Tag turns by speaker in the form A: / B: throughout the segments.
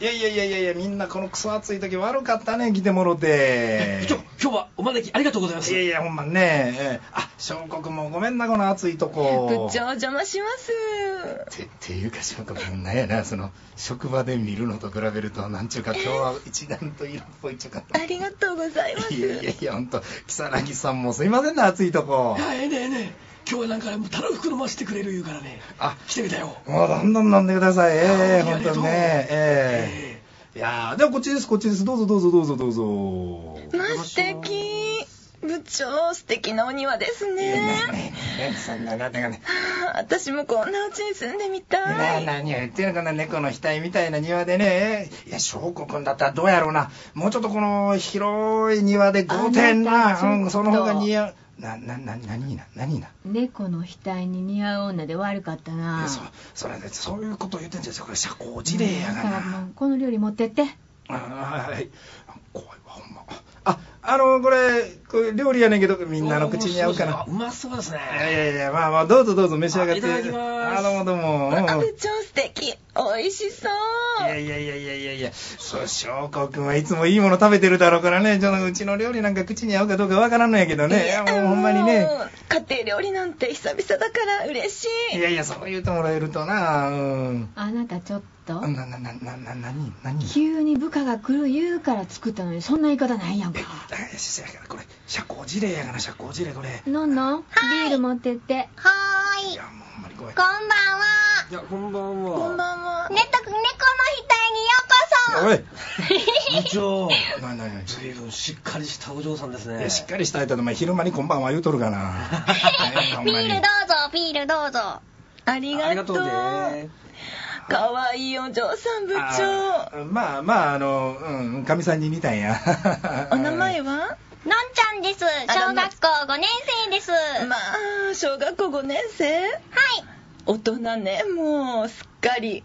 A: いやいやいやいやいやみんなこのクソ暑い時悪かったね来てもろて
B: 部長今日はお招きありがとうございます
A: いやいやほんまねえーあ小国もごめんなこの暑いとこ
C: 部長お邪魔します
A: てていうか翔子君なんやなその職場で見るのと比べるとなんちゅうか今日は一段と色っぽいっちゅうか
C: ありがとうございます
A: いやいやいやほんと如月さんもすいませんな暑いとこ
B: いやええねええね今日はなんかねもうたらふくのましてくれる言うからね
A: あ
B: 来てみたよ
A: もうどんどん飲んでくださいええ
B: あ
A: ほ
B: り
A: ん
B: がとう
A: とねええいやーではこっちですこっちですどうぞどうぞどうぞどうぞ
C: まあ素敵部長素敵なお庭です
A: いや
C: ね
A: ななそんななんだかね
C: はあ私もこんなうちに住んでみた
A: ない何を言ってるのかな猫の額みたいな庭でねいや翔子君だったらどうやろうなもうちょっとこの広い庭で豪邸な
D: あな
A: うんん
D: かち
A: そ
D: ょっと
A: の方が似合うななな何な何な
D: 猫の額に似合う女で悪かった
A: い
D: な
A: やそうそれでそういうこと言ってんじゃんこれ社交辞令や
D: だ
A: が
D: か
A: な
D: らもうこの料理持ってって
A: あはいはい怖いわほんまああのこれこれ料理やねんけどみんなの口に合うかな
B: うまそうですね
A: いやいやいやまあまあどうぞどうぞ召し上がって
B: あいただきます
A: あどうもどうもうん
C: あ部長素敵美味しそう
A: いやいやいやいやいやいや、そう、翔子くんはいつもいいもの食べてるだろうからね、ちょっとうちの料理なんか口に合うかどうかわからんのやけどね、いや、もうほんまにね。
C: もう家庭料理なんて久々だから嬉しい
A: いやいや、そう言うてもらえるとな、うん。
D: あなたちょっと
A: な、な、な、な、な、なに、なに
D: 急に部下が来る言うから作ったのにそんな言い方な いやんか
A: あ、せやから、これ、社交辞令やから、社交辞令、これ。
D: のんのん、ビール持ってって
E: はー
A: い
E: い。
A: や、もうほんまに怖い。
E: こんばんは。
B: いやこんばんは
C: こんばんは
E: ネト、猫の額にようこ
A: おい
B: 部
E: そ。
B: 長
A: なになになに
B: 随分しっかりしたお嬢さんです
A: い
B: ね
A: やしっかりしたいとお前昼間にこんばんは言うとるかな。ねほん
E: ビ
A: ま
E: ー
A: に
E: ルどうぞ、ビールどうぞ。
C: あり
B: あり
C: が
B: が
C: と
B: と
C: う
B: うね
C: かわいいお嬢さん部
A: あ
C: 長
A: ーまあまあ、あの、うん、かみさんに似たんや。
C: お名前は
E: のんちゃんです。小学校5年生です。
C: まあ小学校5年生
E: はい。
C: 大人ねもうすっかり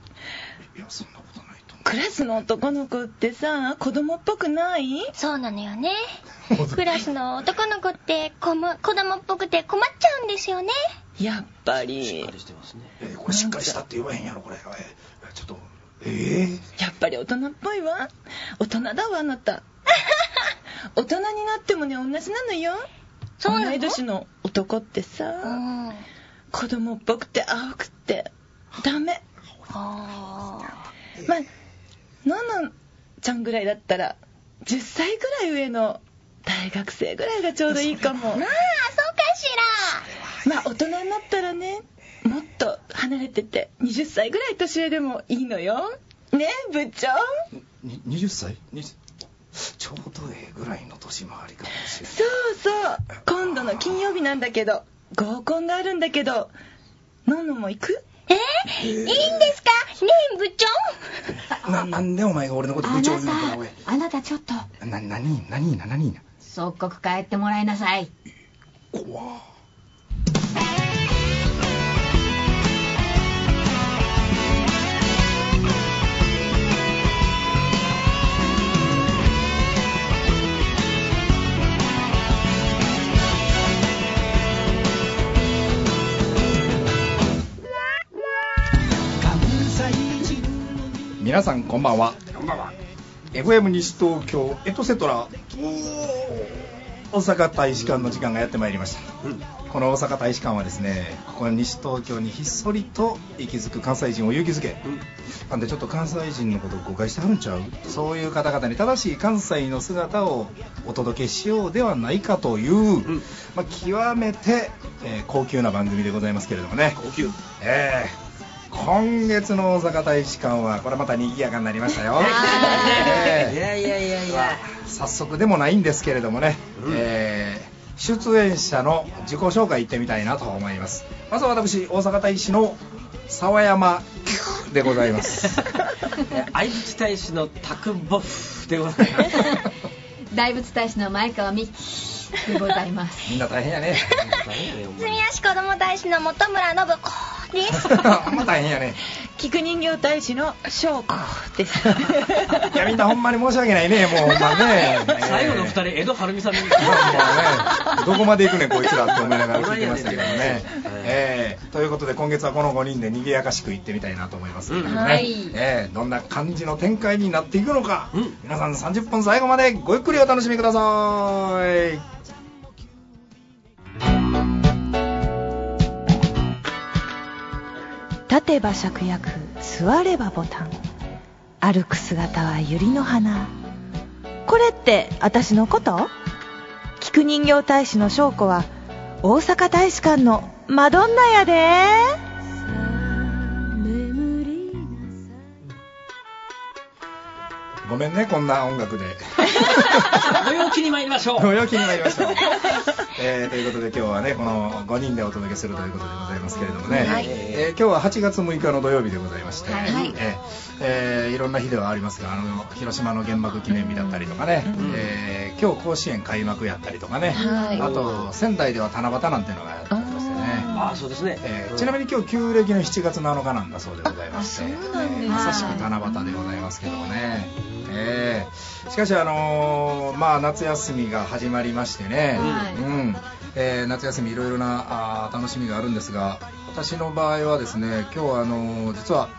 A: いや、そんなことないと思う。
C: クラスの男の子ってさ子供っぽくない
E: そうなのよね。クラスの男の子って、こも、子供っぽくて困っちゃうんですよね。
C: やっぱ
B: しっ
C: り
B: かりしてますね
A: えーこれしっかりしたって言わへんやろこれ、えーちょっとええ
C: やっぱり大人っぽいわ大人だわあな た大人になってもね同じなのよ
E: そうなの
C: 同い年の男ってさ、
E: うん。あ
C: 子供っぽくて青くてダメ
E: あ
C: まあのんのんちゃんぐらいだったら10歳ぐらい上の大学生ぐらいがちょうどいいかも
E: ー。まあ、そうかし
C: まあ大人になったらねもっと離れてて20歳ぐらい年上でもいいのよね部長
A: に20歳20ちょうどええぐらいの年回りかもしれない
C: そうそう今度の金曜日なんだけど合コンがあるんだけどのんのんも行く
E: ら。えー、いいんですかねえ、部長
A: ななんでお前が俺のこと
D: あ
A: 部長
D: な
A: 言うのかなおい
D: たあなたちょっと
A: な何何な何な
D: 即刻帰ってもらいなさい
A: 怖っ皆さんこんばんはこんばんは FM 西東京エトセトラ大阪大使館の時間がやってまいりました、この大阪大使館はですねここ西東京にひっそりと息づく関西人を勇気づけ、なんでちょっと関西人のことを誤解してはるんちゃうそういう方々に正しい関西の姿をお届けしようではないかという、
B: ん
A: まあ、極めて、えー高級な番組でございますけれどもね
B: 高級
A: えー今月の大阪大使館はこれまた賑やかになりましたよ、えー
B: いやいやいやいや
A: 早速でもないんですけれどもね、
B: うん
A: えー出演者の自己紹介行ってみたいなと思いますまずは私大阪大使の沢山 でございます
B: え愛知大使のタクボフでございます
D: 大仏大使の前川美希でございま す
A: みんな大変やね
E: 住吉子供大使の本村信子です。
A: あんま大変やね
E: 昨
F: 菊人形大使の翔子 です。
A: いやみんなほんまに申し訳ないねもうほんまね
B: 最後の二人、江戸晴美さんに。
A: もうねどこまで行くねんこいつらって思いな がら聞いてましたけど
B: 俺らやね
A: ね
B: んけどね。
A: えーということで今月はこの5人で賑やかしく行ってみたいなと思いますけどね、
B: うん
D: はい
A: えーどんな感じの展開になっていくのか、
B: うん
A: 皆さん30分最後までごゆっくりお楽しみください。
G: 立てば芍薬座ればボタン歩く姿は百合の花これって私のこと聞く人形大使の証拠は大阪大使館のマドンナやで
A: ごめんねこんな音楽で。
B: ご陽気に参りましょ
A: ご
B: う。
A: 陽気になりまし ょう、えーということで今日はねこの5人でお届けするということでございますけれどもね、
D: はい
A: えー今日は8月6日の土曜日でございまして、
D: はい
A: えーえーいろんな日ではありますがあの広島の原爆記念日だったりとかね、
B: ん
A: えー今日甲子園開幕やったりとかね、
D: はい
A: あと仙台では七夕なんていうのがやってましてね
B: ああ、そうですね。
A: えーちなみに今日旧暦の7月7日なんだそうでございまして、えーまさしく七夕でございますけどもね、えーしかし、あのーまあ、夏休みが始まりましてね、
D: はい
A: うんえー夏休みいろいろなあー楽しみがあるんですが私の場合はですね今日はあのー実は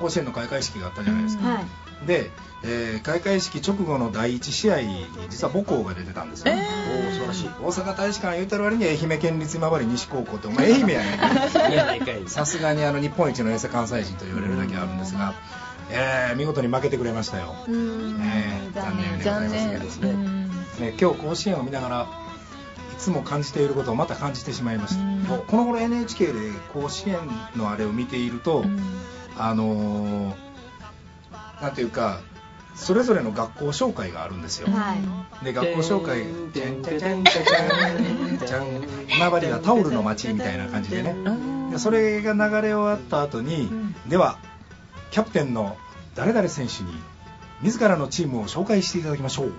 A: 甲子園の開会式があったじゃないですか、
D: はい
A: で、えー開会式直後の第1試合に実は母校が出てたんですよ、
B: おお、素晴らしい。
A: 大阪大使館言うてる割に愛媛県立今治西高校ってお前愛媛やねん
B: いいやないかい。
A: さすがにあの日本一の衛星関西人と言われるだけあるんですが、えー見事に負けてくれましたよ、
D: うーん
A: ねえ残念でございますけど
B: ですね。
A: ね、今日甲子園を見ながらいつも感じていることをまた感じてしまいました、この頃 NHK で甲子園のあれを見ていると、あのーなんていうかそれぞれの学校紹介があるんですよ、
D: はい
A: で学校紹介「ちゃんちゃちゃんちゃちゃんちゃん」「今治はタオルの街」みたいな感じでねでそれが流れ終わった後に、ではキャプテンの誰々選手に自らのチームを紹介していただきましょう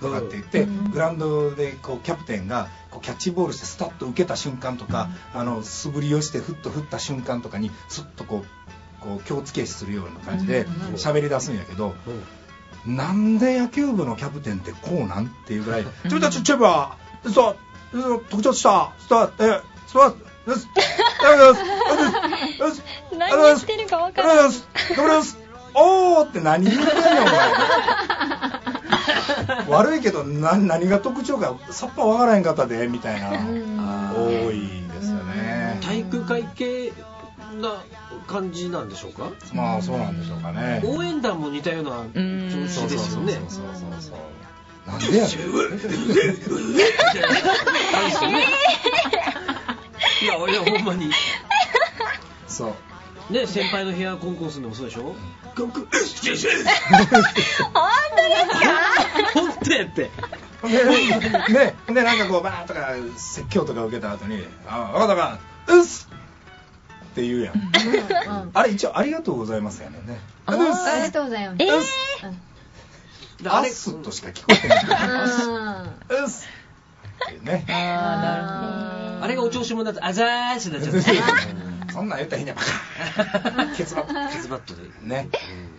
A: とかって言って、グラウンドでこうキャプテンがこうキャッチボールしてスタッと受けた瞬間とか、あの素振りをしてふっと振った瞬間とかにスッとこうこう気をつけするような感じで喋り出すんやけど、なんで野球部のキャプテンってこうなんっていうぐらい、自分たちチームは、そう、そう、特徴した、そう、え、そう、です、です、です、
E: 何言ってるか分から
A: ない。です、頑張ります。おーって何言ってんのお前。悪いけど、な何が特徴か、さっぱ分からへんかったで、みたいな、
B: あー
A: 多いんですよね。
B: 体育会系な感じなんでしょうか。
A: まあ、そうなんでしょうかね。
B: 応援団も似たような調子ですよね。
A: そうそうそうそう。なんでやねん
B: いや、いや、ほんまに。
A: そう。
B: ね、先輩の部屋コンコンするのもそうでしょ コンコン、本当やって。
A: で、ででなんかこう、バーッとか、説教とか受けた後に、あ、わかったわかった、うっすって言うやん。あれ、一応、ありがとうございますやねんね。あうっす
D: ありがとうございます
E: えー
B: で
A: あっすとしか聞こえてない。
D: うん
A: うっすっていう ね。
B: あれがお調子者だと、あざーしになっちゃって。
A: そんなん言ったらいいんや、バ カ結論。
B: ケツバットで。
A: ね。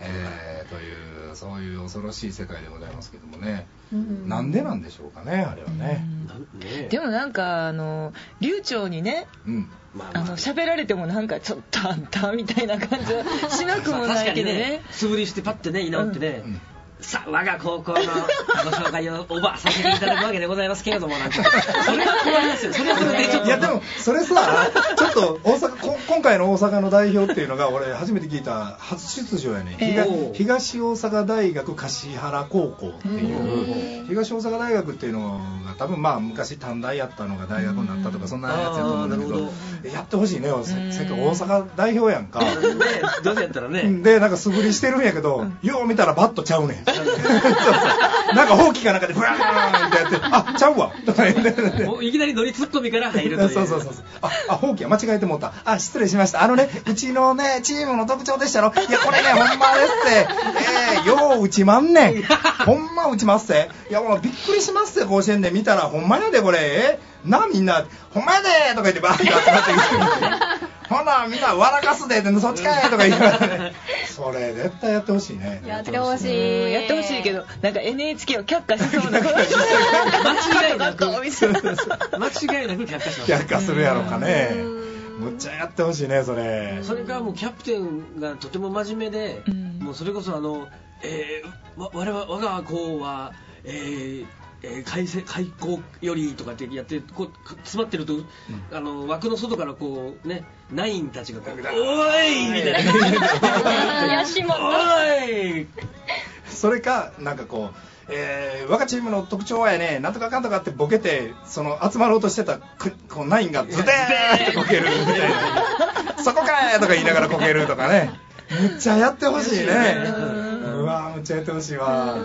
A: えーという、そういう恐ろしい世界でございますけどもね。
D: うん
A: なんでなんでしょうかね、あれはね。
B: なんね
C: でもなんかあの流暢にね
A: うん。
B: ま
C: あの喋られてもなんかちょっとあんたみたいな感じはしなくも
B: まあ
C: な
B: 確か
C: いけ
B: に
C: ど
B: ね
C: ね、
B: 素振りしてパッてね、いなってね、
A: うん
B: さあ、我が高校のご紹介をオーバーさせていただくわけでございますけれども、なんか、それは困りますよ。それはそれでちょっと。
A: いやでもそれさちょっと大阪こ今回の大阪の代表っていうのが俺初めて聞いた初出場やね、
C: え
A: 東
B: ー
A: 東大阪大学橿原高校っていう東大阪大学っていうのが多分まあ昔短大やったのが大学になったとかそんなやつやと思うんだけ
B: あーなる
A: ど
B: ほ
A: やってほしいねせせっかく大阪代表やんか。
B: ね、どうせやったらね、
A: でなんか素振りしてるんやけど、よう見たらバッとちゃうねんそうそうなんか ほうきかなんかでブラーンってやって「あちゃうわ」とか言って
B: もういきなり乗りツッコミから入るという。
A: そうそうそうそうああほうきは間違えてもったあ失礼しましたあのねうちのねチームの特徴でしたろいやこれねほ んまですって、えー、よう打ちまんねんほんま打ちますっていやもうびっくりしますって甲子園で見た らほんまやでこれえなみんなほんまやでとか言ってバーッて集まって言ってみてほな、みんな笑かすでって、そっちかいとか言いながらね。それ、絶対やってほしいね。
D: やってほし
C: うん
D: い。
C: やってほしいけど。なんか NHK を却下しそう な
B: 間違いなく
C: お店
B: 間違いなく却下しました
A: 却下するやろかね
D: う。
A: むっちゃやってほしいね、それ。
B: それからもうキャプテンがとても真面目で、
C: うん
B: もうそれこそあの、えー、わ我々我が校は、えーえー開せ開校よりとかってやってこうか詰まってると、あの枠の外からこうねナインたちがこう「おーい!」みたいな「
E: 吉
B: お
E: 本
B: ーい!」
A: それか、なんかこう、えー、我がチームの特徴はやね、なんとかかんとかってボケて、その集まろうとしてたくこうナインがズデーンってこけるみたいな、そこかいとか言いながらこけるとかね、むっちゃやってほしいね。
B: うん
A: うわーむっちゃやってほしいわ。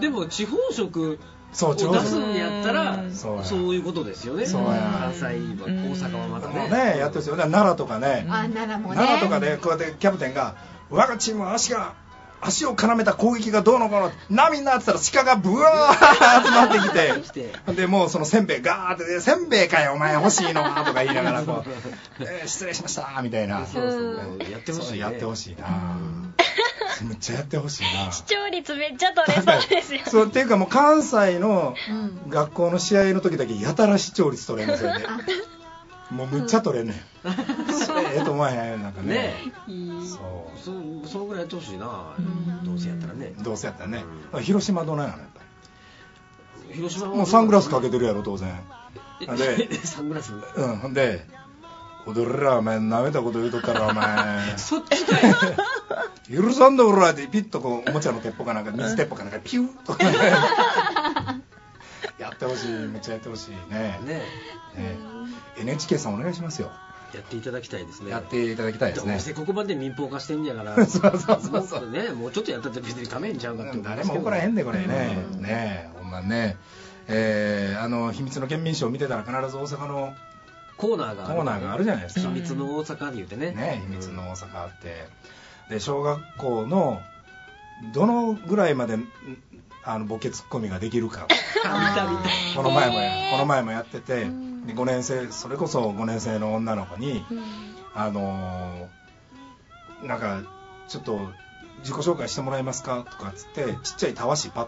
B: でも地方色
A: そう、
B: を
A: 上手
B: 出すんやったら
A: ん
B: そう
A: そう
B: いうことですよね
A: そうや
B: 関西は
C: うん
B: 大阪はまたね
A: ね、やってほしいよ。だから奈良とかね。
D: あ、ならもうね。
A: 奈良とかでこうやってキャプテンが我がチームは足が足を絡めた攻撃がどうのこうのなみんなって言ったら鹿がブワーッとなってきてでもうそのせんべいガーってで「せんべいかよお前欲しいの」とか言いながらこう「えー失礼しました」みたいな
B: そうそうやってほしい、
A: そう
B: ね、
A: やってほしいなむっちゃやってほしいな
E: 視聴率めっちゃ取れそうですよ
A: そうっていうかもう関西の
D: うん。
A: 学校の試合の時だけやたら視聴率取れんのそれで
D: あ
A: もうむっちゃ取れんねんそれええと思えへんなんか
B: ね
A: ねそう
B: そそのぐらいやってほしいな、どうせやったらね
A: どうせやったらね、広島どないなのやっぱ
B: 広島
A: り
B: は
A: もうサングラスかけてるやろ当然
B: え
A: で
B: サングラス
A: うんほんで「踊れらお前なめたこと言うとったらお前
B: そっちかい
A: 許さんでおら」ってピッとこうおもちゃの鉄砲かなんか水鉄砲かなんかピューッとかね やってほしいめっちゃやってほしいねね
B: ね
A: ね NHK さんお願いしますよ
B: やっていただきたいですね
A: やっていただきたいです
B: ど
A: ね
B: うせここまで民放化してんやから
A: そうそうそうそう
B: もっとねもうちょっとやったって別にダメんちゃうかって思います
A: 誰
B: けど
A: も怒らへんでこれね、ねえほんまねえーあの秘密の県民賞見てたら必ず大阪の
B: コーナーが
A: コーナーがあるじゃないですか
B: 秘密の大阪で言うてね
A: ね、秘密の大阪って、で小学校のどのぐらいまでんあのボケツッコミができるかこの前もや、この前もやってて、で5年生それこそ5年生の女の子に、あのーなんかちょっと自己紹介してもらえますかとかっつってちっちゃいたわしパッ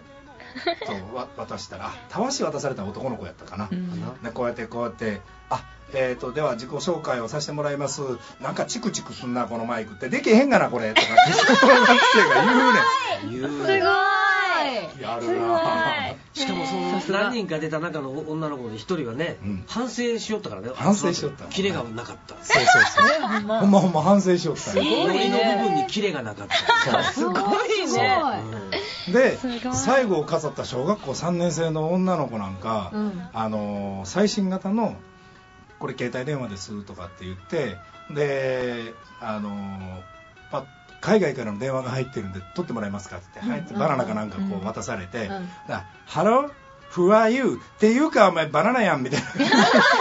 A: とわ渡したらたわし渡された男の子やったかな。
B: かな
A: ね、こうやってこうやってあえー、とでは自己紹介をさせてもらいますなんかチクチクすんなこのマイクってできへんがなこれとかって小学生が言う
B: 言 う
D: すご
A: ねんやるなぁ
B: しかもその何人か出た中の女の子の一人はね、
A: うん
B: 反省しよったからね
A: 反省しよった
B: キレがなかった
A: そうそうそう
C: ほん
A: ほんまほんま反省しよったんや
B: ノリの部分にキレがなかった
A: そう
D: すごいね。
A: で最後を飾った小学校3年生の女の子なんか、
D: うん
A: あのー最新型のこれ携帯電話ですとかって言ってであのーパッ海外からの電話が入ってるんで取ってもらえますかって言って、はいってバナナかなんかこう渡されて「
D: うん
A: だハロー Who are you?」っていうかお前バナナやんみたいな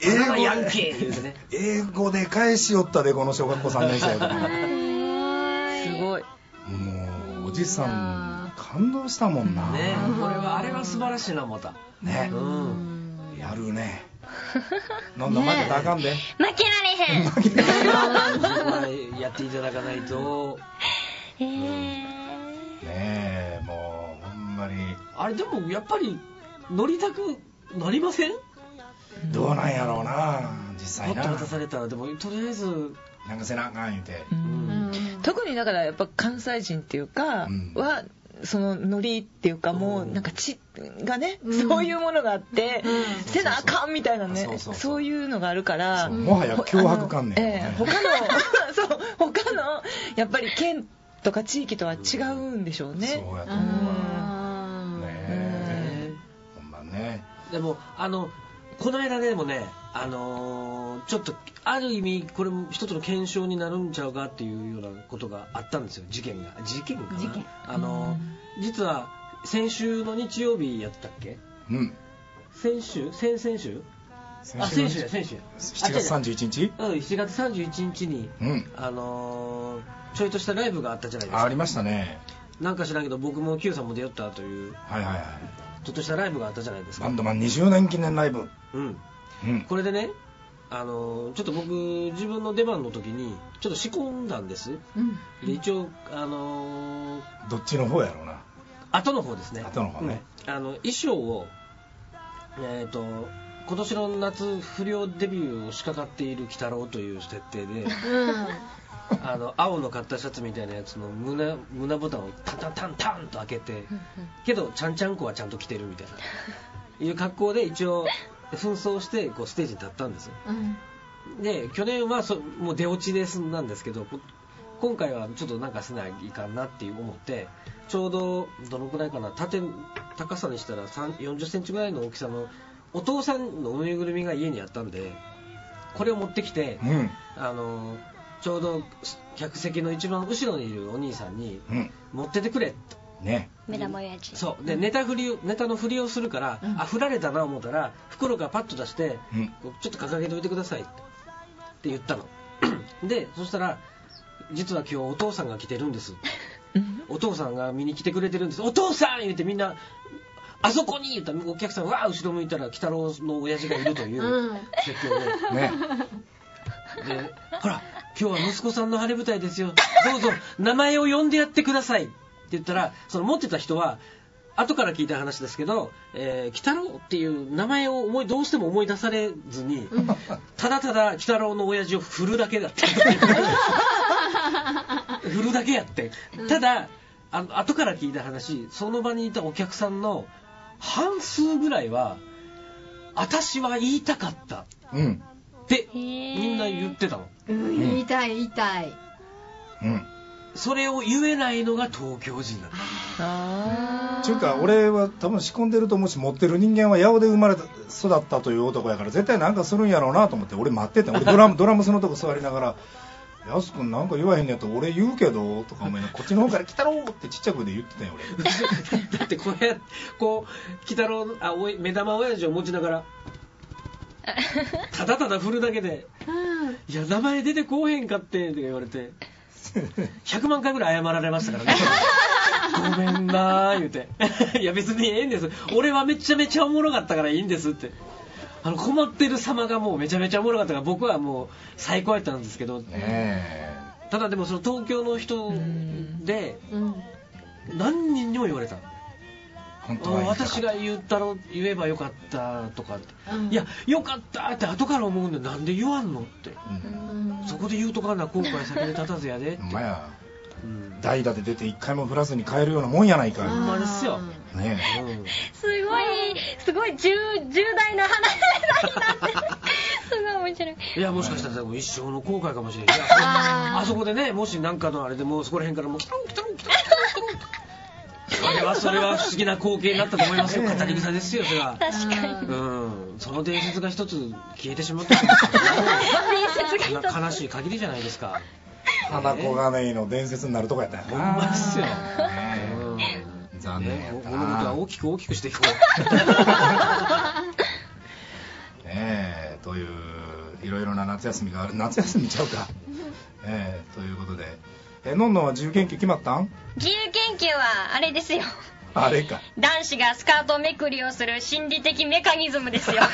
A: 英
B: 英語ヤ
A: 語
B: ンキ
A: で
B: ーって言うてね
A: 英語で返しよったでこの小学校3年生とか
C: すごい。
A: もうおじさん感動したもんな
B: ねこれはあれは素晴らしいなまた
A: ね
B: うん
A: やる ね飲んだ負けたらあかんで、
E: 負けられへん
B: やっていただかないと
E: えー
A: ねえもうほんまに
B: あれでもやっぱり乗りたくなりません
A: どうなんやろうな実際
B: パッ
A: な
B: と渡されたらでもとりあえず
A: なんかせなあかん言うて
D: うん
C: 特にだからやっぱ関西人っていうか
A: うん
C: は、そのノリっていうかもう
B: うん
C: なんか血がね、
D: うん
C: そういうものがあって、
D: うん
C: せなあかんみたいなね
A: そ
C: そうう
A: そうそう
C: いうのがあるから、
A: そうもはや脅迫観念、
C: ええ他の そう他のやっぱり県とか地域とは違うんでしょうね、
A: そうやと
D: う
A: 思うわ
D: ん
A: ね
B: ね
A: えほんまね
B: でもあのこの間ねでもねあのーちょっとある意味これも一つの検証になるんちゃうかっていうようなことがあったんですよ事件が事件かな
D: 事件
B: あのー実は先週の日曜日やったっけ
A: うん
B: 先週先々週
A: 先
B: あ
A: 週の
B: 先週や先週や
A: 7月31日
B: あ違う違ううん7月31日に
A: うん
B: あのーちょいとしたライブがあったじゃないです
A: ああ
B: か
A: りましたね
B: なんか知らんけど僕も Q さんも出よったという
A: はいはいはい
B: ちょっとしたライブがあったじゃないです
A: バ
B: か
A: ンドマン20年記念ライブ
B: うん
A: うん
B: これでねあのちょっと僕自分の出番の時にちょっと仕込んだんです
D: うん
B: で一応あの
A: どっちの方やろうな
B: 後の方ですね
A: 後の方ね
B: うんあの衣装をえっ、と今年の夏不良デビューを仕掛かっている鬼太郎という設定で あの青の買ったシャツみたいなやつの胸胸ボタンをタンタンタンタンと開けてけどちゃんちゃんこはちゃんと着てるみたいないう格好で一 応紛争してこうステージに立ったんですよ
D: うん
B: で去年はそもう出落ちで済んだんですけどこ今回はちょっとなんかせないかなっていう思ってちょうどどのくらいかな縦高さにしたら3 40センチぐらいの大きさのお父さんのぬいぐるみが家にあったんでこれを持ってきて、
A: うん
B: あのちょうど客席の一番後ろにいるお兄さんに
A: うん
B: 持っててくれ
A: ね
E: 目玉親父
B: そうでネタ振りをネタの振りをするから、あ振られたな思ったら袋からパッと出して、
A: うん
B: こうちょっと掲げておいてくださいって言ったのでそしたら実は今日お父さんが来てるんですお父さんが見に来てくれてるんですお父さん言ってみんなあそこに言ったらお客さんわあ後ろ向いたら鬼太郎の親父がいるという
D: うん
B: 説教で、
A: ね
B: でほら今日は息子さんの晴れ舞台ですよどうぞ名前を呼んでやってくださいって言ったらその持ってた人は後から聞いた話ですけど「えー、鬼太郎」っていう名前を思いどうしても思い出されずに、ただただ鬼太郎の親父を振るだけだったっていう振るだけやってただあの後から聞いた話その場にいたお客さんの半数ぐらいは「私は言いたかった」
A: うん
B: って
E: ー
B: みんな言ってたの
D: うん言いたい言いたい
A: うん
B: それを言えないのが東京人なの
A: ちゅうか俺は多分仕込んでると思うし持ってる人間は八尾で生まれた育ったという男やから絶対なんかするんやろうなと思って俺待ってて俺ドラムドラムスのとこ座りながら「やすくんなんか言わへんのやったら俺言うけど」とかお前 こっちの方から来たろうってちっちゃい声で言ってたよ俺
B: だってこれこう鬼太郎のあおい目玉親父を持ちながらただただ振るだけで「いや名前出てこうへんかって」って言われて100万回ぐらい謝られましたからねごめんなー言うて 「いや別にええんです俺はめちゃめちゃおもろかったからいいんです」ってあの困ってる様がもうめちゃめちゃおもろかったから僕はもう最高やったんですけど
A: ねえ
B: ただでもその東京の人で
D: うん
B: 何人にも言われたの
A: 本
B: あ
A: 当は言いたかった
B: 私が言ったろ言えばよかったとかって、
D: うん
B: いやよかったって後から思うんでなんで言わんのって、
A: うん
B: そこで言うとかな後悔先に立たずやでって
A: ほんまや
B: うん
A: 代打で出て一回も振らずに帰るようなもんやない
B: ほん
A: か
B: まですよ、
A: いねえ
B: うん
E: すごい、すごい重重大な話になってる すごい面白い。
B: いやもしかしたらもう一生の後悔かもしれないいやそあそこでねもし何かのあれでもうそこら辺からもう「来たろ来たろ来たろ来たろ」それはそれは不思議な光景になったと思いますよ語り草ですよそれは
E: 確かに。
B: うんその伝説が一つ消えてしまった
E: 伝説が一つ。
B: な悲しい限りじゃないですか
A: 花子金井の伝説になるとこやったんや
B: ほんま
A: な
B: っすよ、
A: ね
B: う
A: え残
B: ん
A: 念
B: ね
A: やった
B: 物事は
A: な
B: 大
A: ね
B: きく大きくしていこう
A: えといういろいろな夏休みがある 夏休みちゃう かええということでえのんのんは自由研究決まったん
E: 自由研究はあれですよ。
A: あれか
E: 男子がスカートめくりをする心理的メカニズムですよ。
B: なん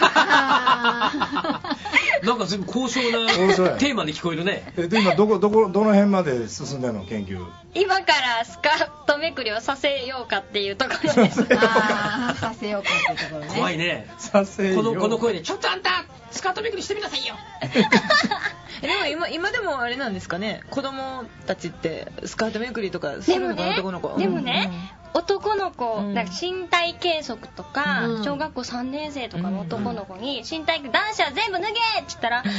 B: か全部高尚な
A: 高尚や
B: テーマで聞こえるね
A: えで今どこどこどの辺まで進んでるの研究
E: 今からスカートめくりをさせようかっていうところです。
D: ああさせようかっていうところね
B: 怖いね
A: させ
B: このこの声で「ちょっとあんたスカートめくりしてみなさいよ
C: えでも今今でもあれなんですかね子供たちってスカートめくりとかす
E: で
C: る
E: も
C: のかな、男
E: ね
C: の子、
E: でもね、男の子、
C: うん
E: なんか身体計測とか、
D: うん
E: 小学校3年生とかの男の子に身体男子は全部脱げって言ったら、えー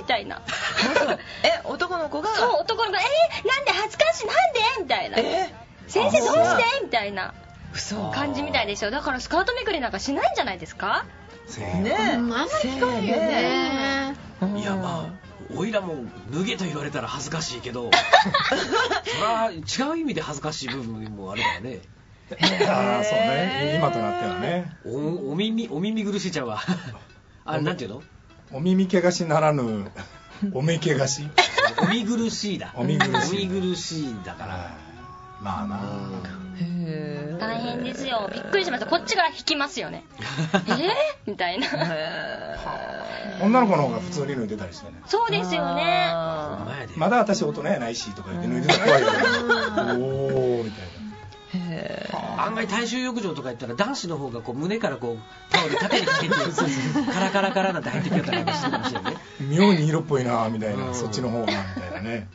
E: みたいな。
C: え男の子が
E: そう、男の子が、えーなんで恥ずかしい、なんでみたいな。
C: え
E: 先生どう
C: あ
E: し
C: そう
E: てみたいな
C: 嘘
E: 感じみたいですよ。だからスカートめくりなんかしないんじゃないですか
A: せーの
C: ね
D: うんあんまり聞かへんよね
B: いやまあおいらも脱げと言われたら恥ずかしいけ どそら違う意味で恥ずかしい部分もあるからね
A: ああそうね今となってはね
B: おお耳お耳苦しいちゃう わあなんていうの
A: お耳けがしなら ぬお目けがし
B: お見苦しいだ
A: お見苦しい
B: お見苦しいだから
A: まあな
C: へ
G: へ
C: え
G: ー
E: 大変ですよびっくりしましたこっちが引きますよねえー、みたいな
A: 女の子の方が普通に脱いでたりしてね
E: そうですよね
B: お前で
A: まだ私大人やないしとか言って脱いでたら怖いよねお ーみたい
B: 案外大衆浴場とか行ったら男子の方がこう胸からこうタオル縦にか けてカラカラカラなんて入ってきよったりしてるかもしれ ないね
A: な妙に色っぽいなみたいな、
B: うん
A: そっちの方がみたいなね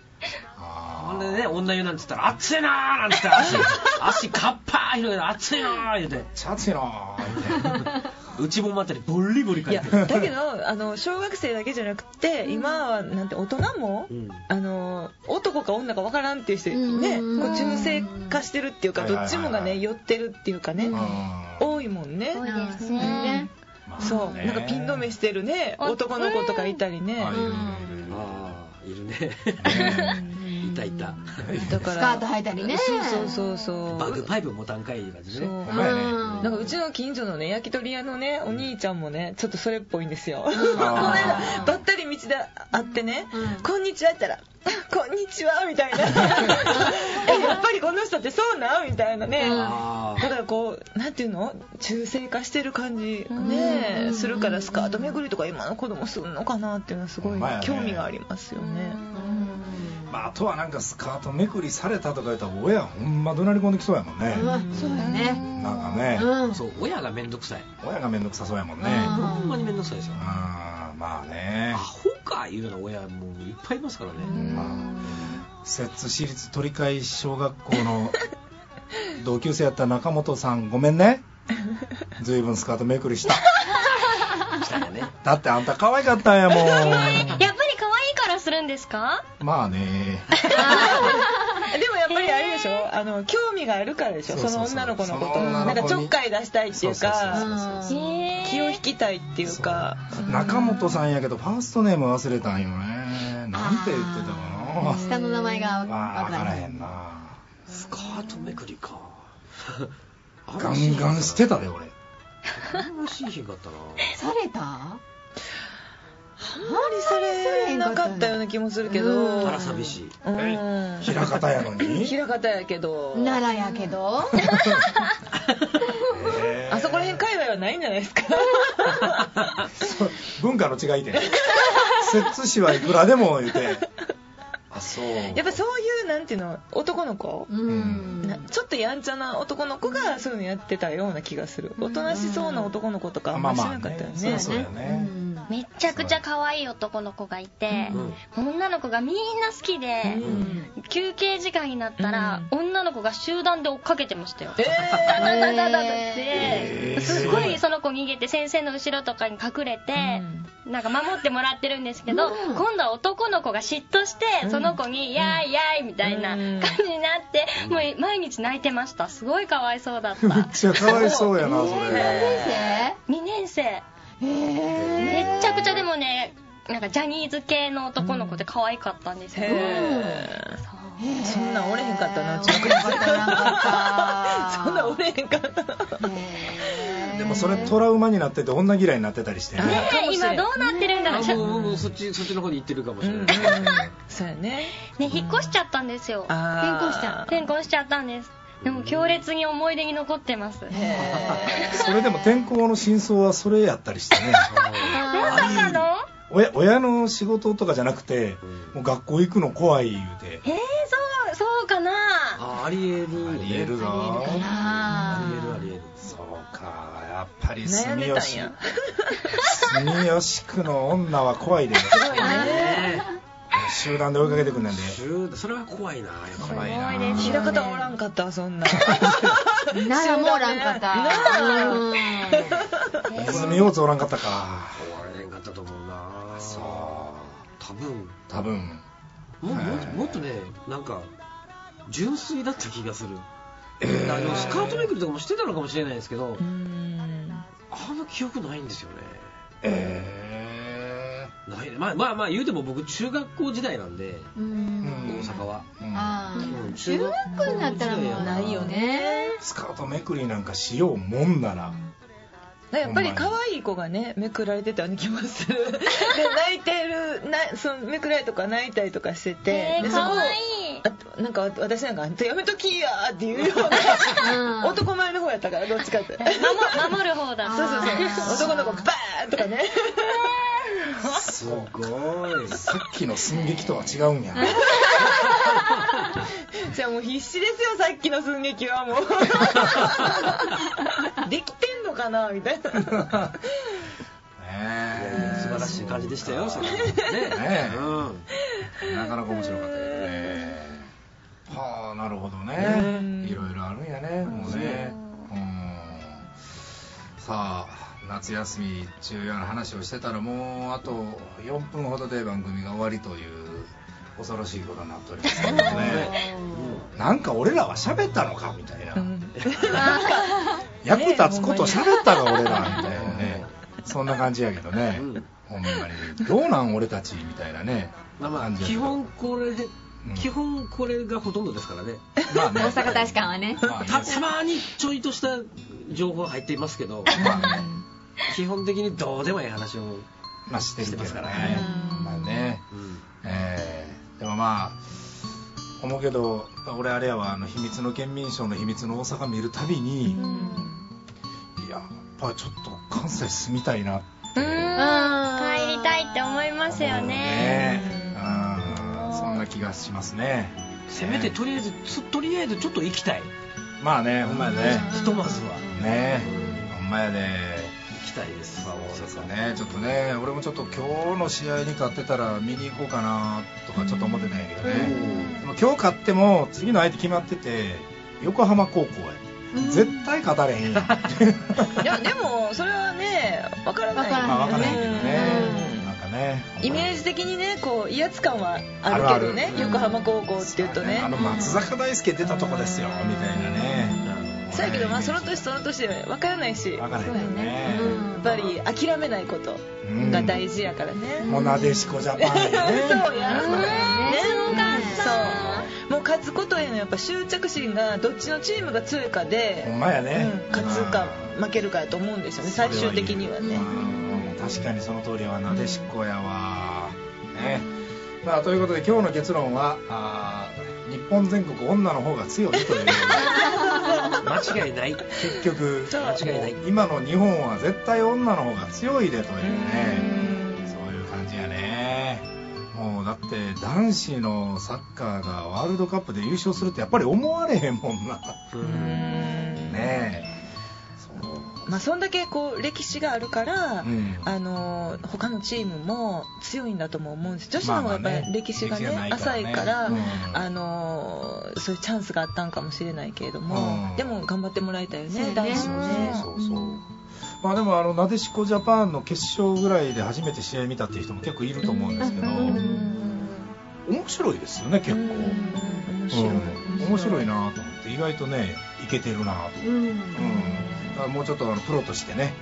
B: ほ
A: あ
B: んでね女湯なんつったら「熱いなー」なんつったら足足カッパー広げて「熱いなー」言うて
A: ーチャツいなーみたいな
B: 内ももあたりボリボリか
C: い
B: い
C: や
B: てる
C: だけどあの小学生だけじゃなくて今はなんて大人も、
B: うん
C: あの男か女かわからんっていう人、
D: うん
C: ねこう中性化してるっていうか
A: はいは
C: ど
A: いはい
C: っちもがね寄ってるっていうかね
A: あー
C: 多いもんね
E: 多いですね
A: まあね
C: そうなんかピン止めしてるね
E: あ
C: 男の子とかいたりね
A: あいるいるいる
B: ああいるね
A: ね
B: いたいた
C: だ
D: ス
C: か
D: カ
C: ら
D: ート履いたりね
C: そうそうそうそう
B: バグパイプ持たんかいいう感じ
C: そ
B: ね
C: う
A: ほんまやね
D: うん
C: なんかうちの近所のね焼き鳥屋のねお兄ちゃんもねちょっとそれっぽいんですよ
A: この
C: この間ばったり道で会ってね「
D: うん
C: こんにちは」って言ったら「こんにちは」みたい なえやっぱりこの人ってそうなんみたいなね、
D: うん
B: あ
C: だからこうなんていうの中性化してる感じね、するからスカート巡りとか今の子供すんのかなっていうのはすご
A: ほ
C: い
A: んまやね
C: 興味がありますよね
A: まあ、あとはなんかスカートめくりされたとか言ったら親ほんま怒鳴り込んできそうやもんね
D: うわそうだね
A: なんかね
D: うん
B: あそう親がめんどくさい
A: 親が面倒くさそうやもんね
D: うん
B: ほんまにめんどくさいですよ
A: あーまあね
B: アホかいうような親もいっぱいいますからね
A: まあ摂津市立鳥海小学校 の同級生やった中本さんごめんねずいぶんスカートめくりした
B: したらね
A: だってあんた可愛かったんやも
E: やっぱり可愛いからするんですか
A: んまあね
C: でもやっぱりあれでしょあの興味があるからでしょ
A: そう
C: そ
A: そうそう
C: の女の子のこと
A: その女の子
C: なん
A: に
C: かちょっかい出したいっていう
A: そうそう
C: か
A: そうそう
E: ええ
C: 気を引きたいっていうか
A: 中本さんやけどファーストネーム忘れたんよねなんて言ってたか
D: 下の名前が
A: なあ
D: わ
A: ー
D: か
A: 分からら
D: へ
A: へ
D: ん
A: んな
B: スカートめくりか
A: ガンガンしてたで俺
B: 楽しい日があったな
D: された
C: あんまりそれなかったような気もするけど、
D: うん
B: あら寂しい
C: うん
A: 平方やのに
C: 平方やけど
D: 奈良やけど
A: えー
C: あそこら辺界隈はないんじゃないですか
A: そう文化の違いで摂津市はいくらでも言う てあそう
C: やっぱそういうなんていうの男の子、
D: うん
C: なちょっとやんちゃな男の子がそういうのやってたような気がするおとなしそうな男の子とかあんまりしなかったよね,、
A: まあまあねそうだよね
D: うん
E: めっちゃくちゃ可愛い男の子がいて、女の子がみんな好きで、休憩時間になったら、女の子が集団で追っかけてましたよ。
C: え
E: ダダダダダっ
A: え
E: て
A: ー
E: すっごいその子逃げて先生の後ろとかに隠れて、なんか守ってもらってるんですけど、今度は男の子が嫉妬して、その子に「やーいやーい」みたいな
C: うん
E: 感じになって、もう毎日泣いてましたすごいかわいそうだった
A: めっちゃかわいそうやなそれ
D: え
E: 2年生
D: ー
E: めっちゃくちゃでもねなんかジャニーズ系の男の子で可愛かったんですよ、
C: へ
E: そう
C: えそんなん折れへんかったなうちの
D: 折れへんかったななんか
C: そんな折れへんかったな
D: へー
A: でもそれトラウマになってて女嫌いになってたりしてね
E: ねえ今どうなってるんだろ
B: あ
E: う、
B: もうもうそっちそっちの方に行ってるかもしれない、
C: そうやね
E: ね、引っ越しちゃったんですよ
C: あ
D: 転校しちゃ
C: う
E: 転校しちゃったんですでも強烈に思い出に残ってます
A: それでも転校の真相はそれやったりしてね
E: まさかの
A: 親親の仕事とかじゃなくてもう学校行くの怖い言うて
E: えー、そうそうかな
B: あありえるよ
A: あ
B: ね
A: りえるぞ
B: ありえる
D: あ
B: ありえる
A: そうかやっぱり
C: 悩め
A: 住
C: たん
A: 吉
C: や
A: 住吉区の女は怖いで集団で追いかけてくんねんで
B: シューそれは怖いなやっぱり
A: い
E: すごいです
C: 平方おらんかったそんな
D: ーならもうらんかった
A: ネズミ大津おらんかったか
B: 壊れへんかったと思うな
A: そう
B: 多分
A: 多分
B: もうもっ
A: は
B: と
A: い
B: もっとねなんか純粋だった気がする、あのスカートめくりとかもしてたのかもしれないですけど、
C: うん
B: あんま記憶ないんですよね
A: え
B: ないまあまあまあ言うても僕中学校時代なんで
D: う
A: え
D: ん
B: 大阪は、
D: あ
B: う
D: ー
B: ん
D: 中学校になったらもうないよね
A: スカートめくりなんかしようもんなら
C: なやっぱり可愛い子がねめくられてたような気もする で泣いてるなそのめくられとか泣いたりとかしてて、
E: えー
C: でそこを
E: 可愛い
C: あとなんかわ私なんか「あんたやめときや」っていうよう
D: うん
C: な男前の方やったからどっちかってそう
E: 守守る方だ
D: あ
C: そうそう男の子バーンとか ね
A: すごいさっきの寸劇とは違うんや
C: じゃあもう必死ですよさっきの寸劇は もうできてんのかなみたいな
A: ねえ
B: 素晴らしい感じでしたよ、
A: そ
B: そうれ
A: か
B: は
A: ね
B: ね
A: え
B: うん
A: なかなか面白かったですね。はあ、なるほどね。いろいろあるんやね、もうね。うんさあ、夏休み中やの話をしてたら、もうあと4分ほどで番組が終わりという。恐ろしいことになっておりますけどね。なんか俺らは喋ったのかみたい な。役立つこと喋ったか俺らみたいなね。そんな感じやけどね。
B: うん
A: ほんまに。どうなん俺たちみたいなね。
B: まあまあ
A: 感じやけ
B: 基
A: ど
B: 本これで
A: うん
B: 基本これがほとんどですからね、
A: まあね
D: 大阪大使館はね
A: まあね
B: たたまにちょいとした情報入っていますけど、
A: まあね
B: 基本的にどうでもいい話を、
A: まあしてるけど
B: してますから
A: ね
B: ね。
A: まあね。えーでもまあ、思うけど、俺あれやわ、あの、秘密の県民賞の秘密の大阪見るたびに、いや、やっぱちょっと関西住みたいなって
E: 帰りたいって思いますよ
A: 思う
E: ね
A: うんそんな気がしますね。
B: せめてとりあえずつとりあえずちょっと行きたい
A: まあね、ほんまやね。
B: ひとまずは
A: ねほんまやで。
B: 行きたいです、
A: まあ、そうですね、ちょっとね、俺もちょっと今日の試合に勝ってたら見に行こうかなとかちょっと思ってたんやけどね、でも今日勝っても次の相手決まってて、横浜高校や、絶対勝たれへ んやん、
C: いやでもそれはねわからない
A: まあ分からへんけどね
C: う、ん
A: なんかね、
C: イメージ的にねこう威圧感はあ
A: あ
C: る
A: る
C: け
A: ある
C: どね
A: うん
C: 横浜高校っていうとね
A: あの松坂大輔出たとこですよ、みたいなね、
C: そうやけどまあその年その年で分からないし
A: 分
C: や
A: からへんよね、
C: っぱり諦めないことが大事やからね、
A: もうなでしこジャパンやね、
C: そう
A: そうや
C: やね
D: そ
C: そうもう勝つことへのやっぱ執着心がどっちのチームが強いか
A: ほ
C: で、
A: んまやね、
C: うん勝つか負けるかやと思うんですよね最終的にはね
A: うん確かにその通りはなでしこやわねまあということで今日の結論はあー日本全国女の方が強いという
B: 間違いない
A: 結局
C: そう
B: 間違いない
A: 今の日本は絶対女の方が強いでというねそういう感じやねもうだって男子のサッカーがワールドカップで優勝するってやっぱり思われへんもん なねえそう
C: まあそんだけこう歴史があるから、
A: うん
C: あのー他のチームも強いんだとも思うんです女子の方がやっぱ
A: まあまあ
C: り
A: ね
C: 歴史がね,、
A: 歴史がないから
C: 浅
A: ね
C: いから、
A: うん
C: あのーそういうチャンスがあったんかもしれないけれども、
A: うん
C: でも頑張ってもらいたいよね
D: そうね
C: 男
A: そう
C: 子も
A: そ
C: ね
A: うそうそう、まあでもあのなでしこジャパンの決勝ぐらいで初めて試合見たっていう人も結構いると思うんですけど、面白いですよね結構、うん
C: 面白い、
A: 面白いなと思って意外とねいけてるなと思って、
D: うん
A: うんだからもうちょっとあのプロとしてね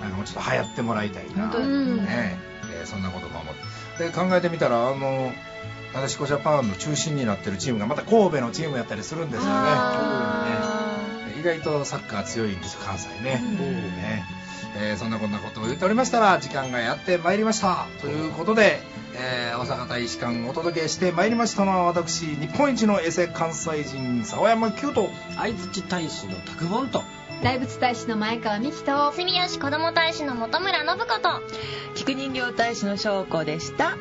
A: なんかもうちょっと流行ってもらいたいな、
C: 本当
A: ね
C: に
A: えーそんなことも思ってで考えてみたらあのなでしこジャパンの中心になってるチームがまた神戸のチームやったりするんですよねね意外とサッカー強いんですよ関西ね,、ねえーそんなこんなことを言っておりましたら時間がやってまいりましたということで、えー大阪大使館お届けしてまいりましたのは私日本一のエセ関西人沢山九と
B: 相槌大使の拓本と
D: 大仏大使の前川美希と
E: 住吉子ども大使の本村信子と
C: 菊人形大使の翔子でした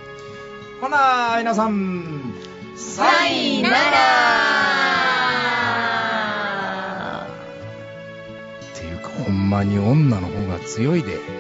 A: ほな皆さん
C: さいなら
A: っていうかほんまに女の方が強いで。